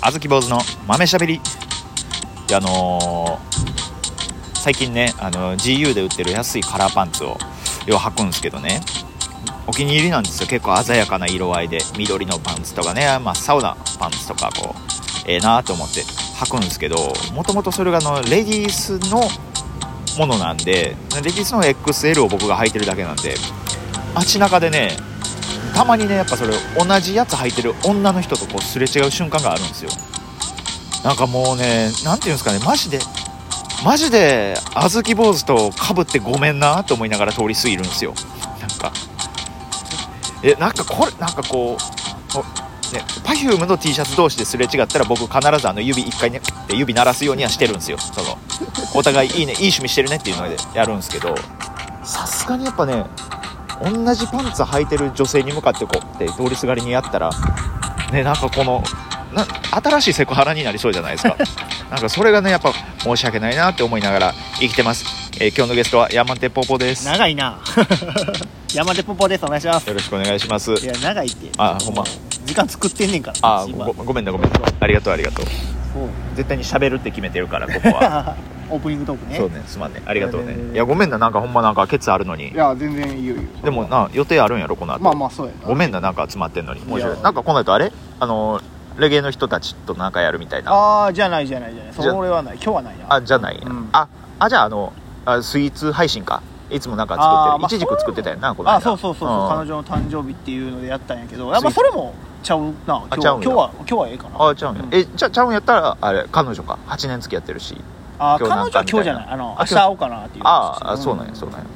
あずき坊主の豆しゃべりであのー最近ね、あのー GU で売ってる安いカラーパンツをよう履くんですけどねお気に入りなんですよ結構鮮やかな色合いで緑のパンツとかね真っ青なパンツとかこうええなと思って履くんですけどもともとそれがあのレディースのものなんでレディースの XL を僕が履いてるだけなんで街中でねたまにねやっぱそれ同じやつ履いてる女の人とこうすれ違う瞬間があるんですよなんかもうね何ていうんですかねマジでマジで小豆坊主とかぶってごめんなと思いながら通り過ぎるんですよなんかえなんかこれなんかこうおね、Perfume の T シャツ同士ですれ違ったら僕必ずあの指1回ねピッて指鳴らすようにはしてるんですよそのお互いいいねいい趣味してるねっていうのでやるんですけどさすがにやっぱね同じパンツ履いてる女性に向かってこうって通りすがりにやったらねなんかこのな新しいセクハラになりそうじゃないですか なんかそれがねやっぱ申し訳ないなって思いながら生きてます、えー今日のゲストは山手ポポですよ長いな 山手ポポですお願いしますろしくお願いしますいや長いってあほんま時間作ってんねんからあ私今ごごめんねごめんねありがとうありがとうそう 絶対に喋るって決めてるからここはオープニングトークねそうねすまんねありがとういやいやいやねいやごめんななんかほんまなんかケツあるのにいや全然いいよいいよでもな予定あるんやろこの後まあまあそうやなごめんななんか詰まってんのにいやなんかこの後あれあのレゲエの人たちとなんかやるみたいなああじゃないじゃないじゃないそじゃれはない今日はないなあじゃないや、うんああじゃああのあスイーツ配信かいつもなんか作ってあーる、まあいちじく作ってたよなこの間あそうそうそうそう、ん彼女の誕生日っていうのでやったんやけどやっついぱそれもちゃうな今あ日ちゃうんや今日は今日はええかなあちゃうんや、うんえじゃちゃうんやったらあれ彼女か8年付き合ってるしあ今日彼女なんはか今みたいな日じゃないあのあ明日会おうかなっていうあーあそうなんやそうなんや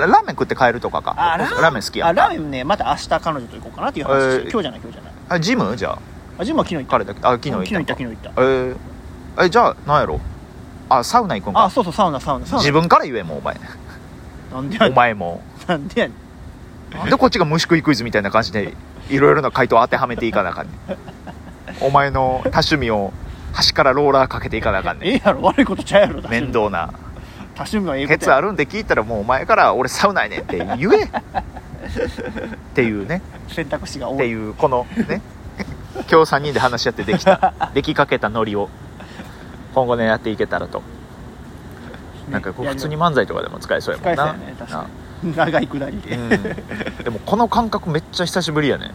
ララーメン食って帰るとかかあラーメンラーメン好きやあんかラーメンねまた明日彼女と行こうかなっていうえ話、ー今日じゃない今日じゃないあジムじゃああジムは昨日行った彼だけあ昨日行った昨日行った昨日行ったえーえじゃあなんやろあサウナ行くんあかそうそうサウナサウナサウナ自分から言えもうお前なんでやおねん前もなんでやねんでこっちが虫食いクイズみたいな感じでいろいろな回答を当てはめていかなあかんねん お前の多趣味を端からローラーかけていかなあかんねんええやろ悪いことちゃうやろ多趣味面倒な多趣味はええケことツやあるんで聞いたらもうお前から俺サウナやねんって言えっていうね選択肢がっ多ていいうこのね 今日3人で話し合ってでき たできかけたノリを今後ねやっていけたらとなんかこういや普通に漫才とかでも使えそうやもん使えなそうやね確かに長いくだりでなうんでもこの感覚めっちゃ久しぶりやね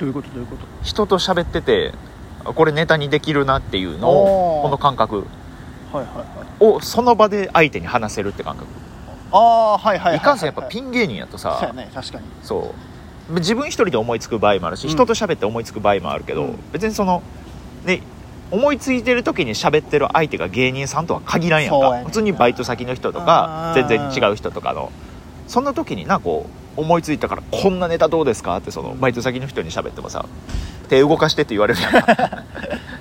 どういうことどういうこと人と喋っててあこれネタにできるなっていうのをおーこの感覚はいはいはいをその場で相手に話せるって感覚ああはいはいはいいかんせんやっぱンピン芸人やとそうやさね確かにそう自分一人で思いつく場合もあるしうん人と喋って思いつく場合もあるけどうん別にそのね思いついてる時に喋ってる相手が芸人さんとは限らんやんそうやかねんな普通にバイト先の人とかあ全ー然違う人とかのそんな時になこう思いついたからこんなネタどうですかってそのバイト先の人に喋ってもさ手動かしてって言われるやんか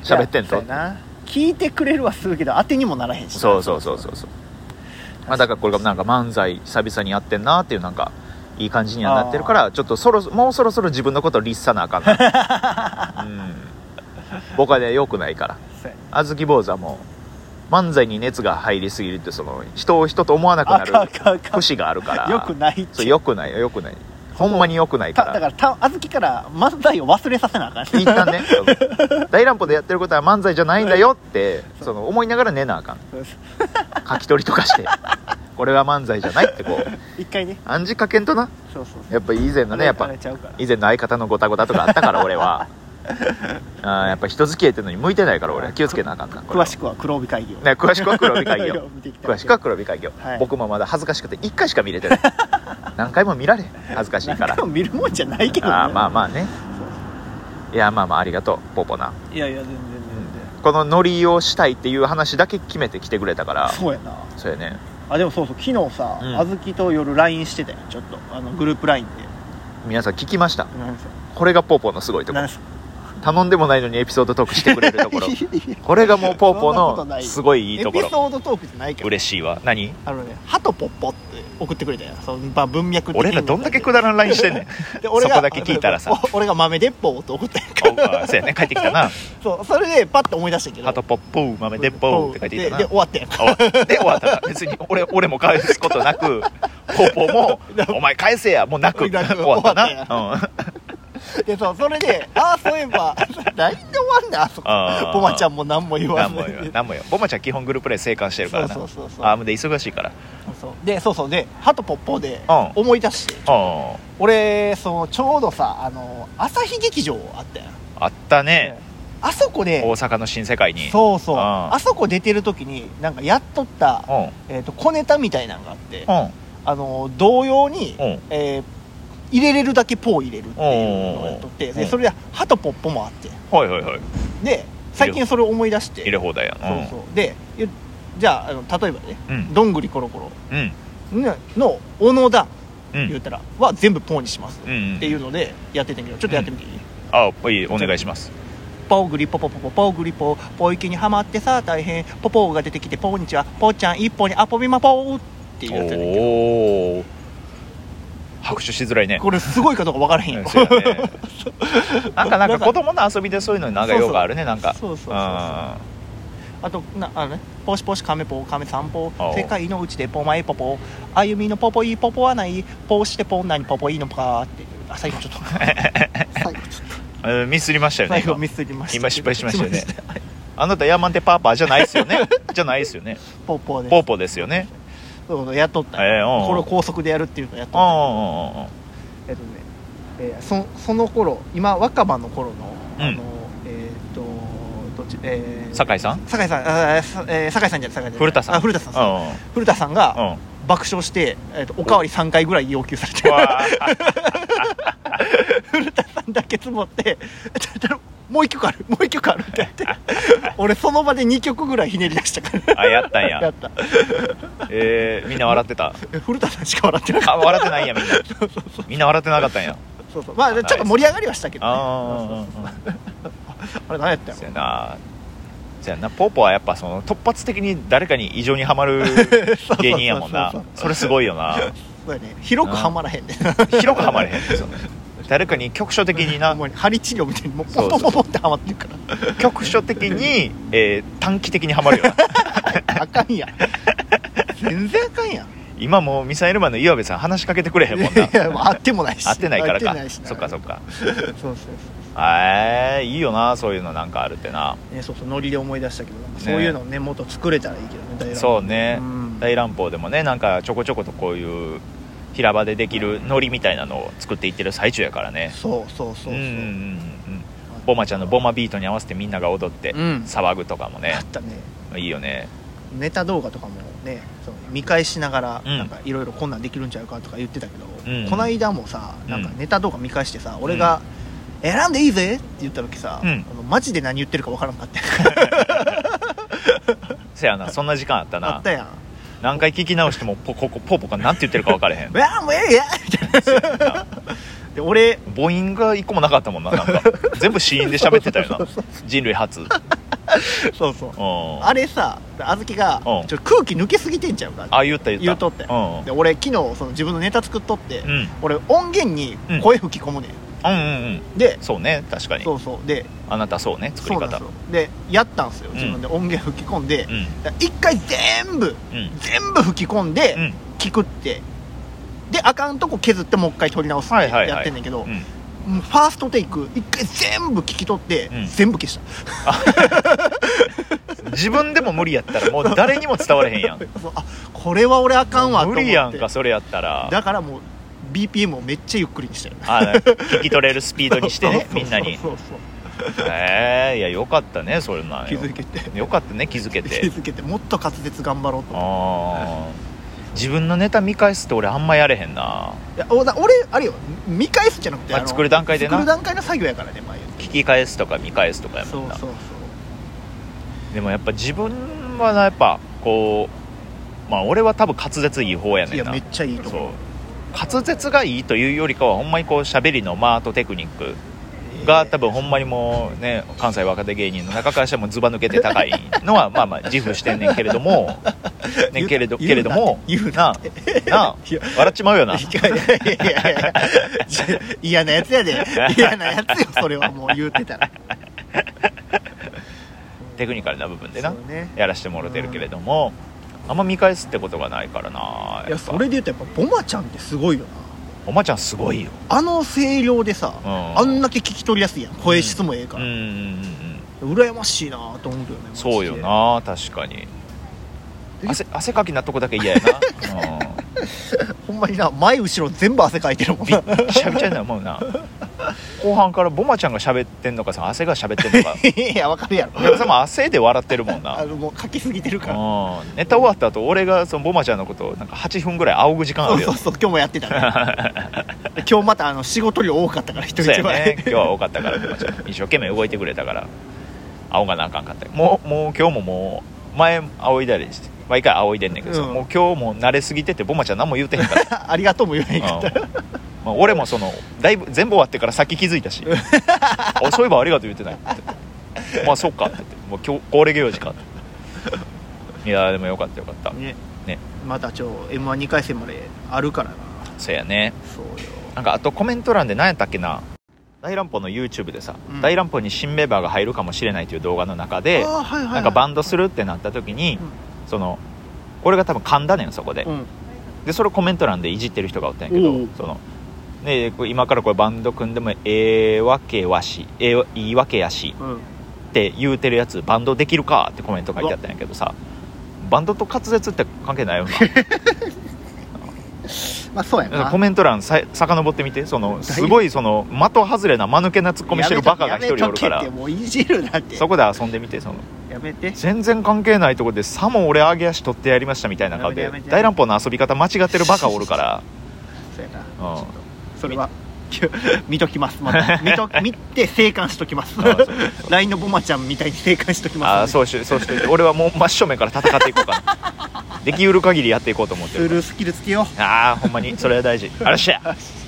喋ってんそうとやな聞いてくれるはするけど当てにもならへんしなそうそうそうそうそうまあだからこれがなんか漫才久々にやってんなっていうなんかいい感じにはなってるからちょっとそろもうそろそろ自分のことを律さなあかん な、うん、僕はねよくないからそうやね小豆坊主はもう漫才に熱が入りすぎるってその人を人と思わなくなあかんあるかんあかん節があるからよくないっそてうよくないよよくないほんまによくないかたらだからたあずきから漫才を忘れさせなあかんし一旦ねそう大乱歩でやってることは漫才じゃないんだよってその思いながら寝なあかん書き取りとかして これは漫才じゃないってこう 一回ね暗示かけんとなそうそうそうやっぱ以前のねやっあぱれちゃうから以前の相方のゴタゴタとかあったから俺 はあーやっぱ人付き合いってのに向いてないから俺は気をつけなあかんなこれ詳はしくは黒帯会議をね詳しくは黒帯会議 を見ていきたい詳しくは黒帯会議を、はい僕もまだ恥ずかしくて1回しか見れ てない何回も見られん恥ずかしい何から回も見るもんじゃないけどねあーまあまあねいやまあまあありがとうポポないやいや全然全このノリをしたいっていう話だけ決めて来てくれたから然そうやなそうやねあでもそうそう昨日さ、うんあずきと夜 LINE してたよちょっとあのグループ LINE で皆さん聞きました何すこれがポポのすごいとこ何す頼んでもないのにエピソードトークしてくれると ころこれがもうポーポーのすごいいいとこエピろソードトークじゃないけど嬉しいわ何あのね「ハトポッポ」って送ってくれたよそのまあ文脈的に俺らどんだけくだらん LINE してんねん で俺そがこだけ聞いたらさ お俺が豆鉄砲と送ったんやんかあそうやね帰ってきた なそうそれでパッと思い出したけどハトポッポー豆鉄砲って書いてきたなでで終わったやんかあで終わったな別に俺俺も返すこと なくポーポーも「お前返せや」もうなくなく終わった終わっなでそうそれでああそういえば LINE で終わんねんあそこあーボマちゃんも何も言わ何ずもによ何もよボマちゃん基本グループレイ生還してるからなそうそうそうそうアームで忙しいからそうでそうそうで「ハトポッポ」でうん思い出してあ俺そうちょうどさあの朝日劇場あったやんああったね、あそこで大阪の新世界にうそうそううんあそこ出てる時になんかやっとった、んうんえー、と小ネタみたいなのがあってうんあの同様に、うんえー入れれるだけポー入れるっていうのをやっとっおてうおうおううでんそれでハトポッポもあってはいはいはいで最近それを思い出して入れ放題やんそうそうでゆじゃああの例えばね、うんどんぐりころこうんうんろねの小野田う言うんたらは全部ポーにしますうっんていうのでやっててんけどちょっとやってみていい、あいいお願いしますポーグリポポポポポーグリポポー池にはまってさ大変ポポーが出てきてポーにちはポーちゃん一歩にアポビマポーっていうやつやねんけどおお拍手しづらいねこれすごいかどうか分からへんようんそうやねなんかなんか子供の遊びでそういうのになんか用があるねなんかそうそうそうそうあ あとなあのねポシポシカメポーカメ散歩おう世界のうちでポマエポポ歩みのポポイポポはないポーしてポンなにポポいいのかっていうあ最後 ちょっと最後ちょっとーミスりましたよね最後今ミスりました今失敗しましたよね失敗しましたあなたヤーマンテパーパーじゃないですよねじゃないですよねポーポーでポーポーですよねそうそうやっとった、ええうんこれを高速でやるっていうのをやっとうんったうんうんうんえっとね、えーそその頃今若葉の頃の、うんあのえーっとどっちえー、酒井さん酒井さんあーさえー酒井さんじゃない酒井さん古田さんあ古田さんうそう、んうん古田さんがうん爆笑して、えーっとおかわり3回ぐらい要求されて わ古田さんだけ積もって もう1曲あるもう1曲あるって言って 俺その場で2曲ぐらいひねり出したかあらあやったん ややったえーみんな笑ってたえ古田さんしか笑ってなかあっ笑ってないんやみ んなみんな笑ってなかったんやた そうそうまあちょっと盛り上がりはしたけど、ね、ああそうそうあれ何やったんやろそうやなそうやなポーポーはやっぱその突発的に誰かに異常にはま る芸人やもんなそうそうそれすごいよなそうやね広くはまらへんね広くはまれへんですよね誰かに局所的に なもう針治療みたいにもうそポうそンポうそンポうンポンってはまってるから局所的に、えー短期的にはまるよ なあかんやん全然あかんやん今もうミサイルマンの岩部さん話しかけてくれへんもんいやもうなあってもないし合ってないから合かってないしなそっかそっかそうそうそうえーいいよなそういうのなんかあるってなね、そうそうノリで思い出したけど、そういうのをねもっと作れたらいいけどね大そうね、うん大乱暴でもねなんかちょこちょことこういう平場でできるノリみたいなのを作っていってる最中やからねそうそうそうそううんうんうんうんボマちゃんのボマビートに合わせてみんなが踊ってうん騒ぐとかもね あったねいいよねネタ動画とかもねそう見返しながらうんなんかいろいろこんなんできるんちゃうかとか言ってたけど、うんこないだもさなんかうんネタ動画見返してさ、俺が「選んでいいぜ!」って言った時さ、うんあのマジで何言ってるかわからんかったよせやなそんな時間あったあなったやん何回聞き直してもポ ココポーポーが何て言ってるか分からへん「いやもうええや!」みたいせやななで俺母音が一個もなかったもんな なんか全部死因で喋ってたよな人類初うんそうそうああれさあずきがちうょんっと空気抜けすぎてんちゃうかってあ言った言った言うとってうんうんで俺昨日その自分のネタ作っとって、うん俺音源に声吹き込むねうんん、うんでそうね確かにそうそうであなたそうね作そりうなんで方すよでやったんですよん自分で音源吹き込んで、うんだから一回全部うん全部吹き込んでうん聞くって、であかんとこ削ってもう一回取り直すってやってんねんけど、うんもうファーストテイク一回全部聞き取って、うん全部消し自分でも無理やったらもう誰にも伝われへんやたんそう あこれは俺あかんわと思無って理やんかそれやったらだからもう BPM をめっちゃゆっくりにしたよねあ聞き取れるスピードにしてねみんなに そうそうええいやよかったねそれなんそうよ気づけてよかったね気づけ気てづけてもっと滑舌頑張ろうと思ってああ自分のネタ見返すって俺あんまやれへんないやおだ俺あれよ見返すじゃなくてあの作る段階でな作る段階の作業やからね前言って聞き返すとか見返すとかやそもんうなそうでもやっぱ自分はなやっぱこうまあ俺は多分滑舌いい方やそういねんなやめっちゃいいとそう思う滑舌がいいというよりかはほんまにこう喋りの間とテクニックが多分ほんまにもうね関西若手芸人の中からしてもずば抜けて高いのはまあまあ自負してんねんけれど もねんけれど言うけれども言うななってな言うなって笑っちまうよないやいやいやいやいやじゃ嫌なやつ やで嫌なやつよそれはもう言うてたらテクニカルな部分でなそうねやらしてもろてるけれどもあんま見返すってことがないからないやそれで言うとやっぱボマちゃんってすごいよなおまちゃんすごいよあの声量でさ、うんあんだけ聞き取りやすいやん声質もええうかんうんら、うんうん羨ましいなと思うけどねマジでそうよな確かにえ汗汗かきなとこだけ嫌や な、ほんまにな前後ろ全部汗かいてるもんなうん、びしゃびちゃになるもんな後半からボマちゃんが喋ってんのかさ汗が喋ってんの かいやわかるやろお客様汗で笑ってるもんなあのもう書きすぎてるからうんネタ終わった後俺がそのボマちゃんのことをなんか8分ぐらい仰ぐ時間あそうるよそうそう今日もやってたね今日またあの仕事量多かったから一人 そう一や倍ね今日は多かったからボマちゃん一生懸命動いてくれたから仰がなあかんかったもうもう今日ももう前仰いだりして毎回仰いでんねんけどさ、うんもう今日も慣れすぎててボマちゃん何も言うてへんかった ありがとうも言えないかったうんまあ、俺もそのだいぶ全部終わってから先気づいた しあそういえばありがとう言ってないってまあそっかって言ってもう今日恒例行事かっていやーでもよかったよかった、ねねまたちょ m 1 2回戦まであるからなそうやねそうよなんかあとコメント欄で何やったっけな大乱歩の YouTube でさ、うん大乱歩に新メンバーが入るかもしれないという動画の中で、あーはいはいはいなんかバンドするってなった時に、その俺が多分噛んだねんそこで、うんでそれをコメント欄でいじってる人がおったんやけど、おうそのねこう今からこれバンド組んでもええわけわしええわいいわけやしうんって言うてるやつバンドできるかってコメント書いてあったんやけどさバンドと滑舌って関係ない よなまあそうやなんかなコメント欄さ遡ってみてそのすごいその的外れな間抜けなツッコミしてるバカが一人おるかやらめとけってもういじるなってそこで遊んでみてそのやめて全然関係ないとこでさも俺上げ足取ってやりましたみたいな顔でやめてやめて大乱歩の遊び方間違ってるバカおるからそうやなうんちょっとそれは 見ときますま た見と見て静観しときますあそうそう LINE のボマちゃんみたいに静観しときあまあすのそうしそうして俺はもう真正面から戦っていこうか なできうる限りやっていこうと思ってでツーるルスキルつけようああほんまにそれは大事あらっしゃよし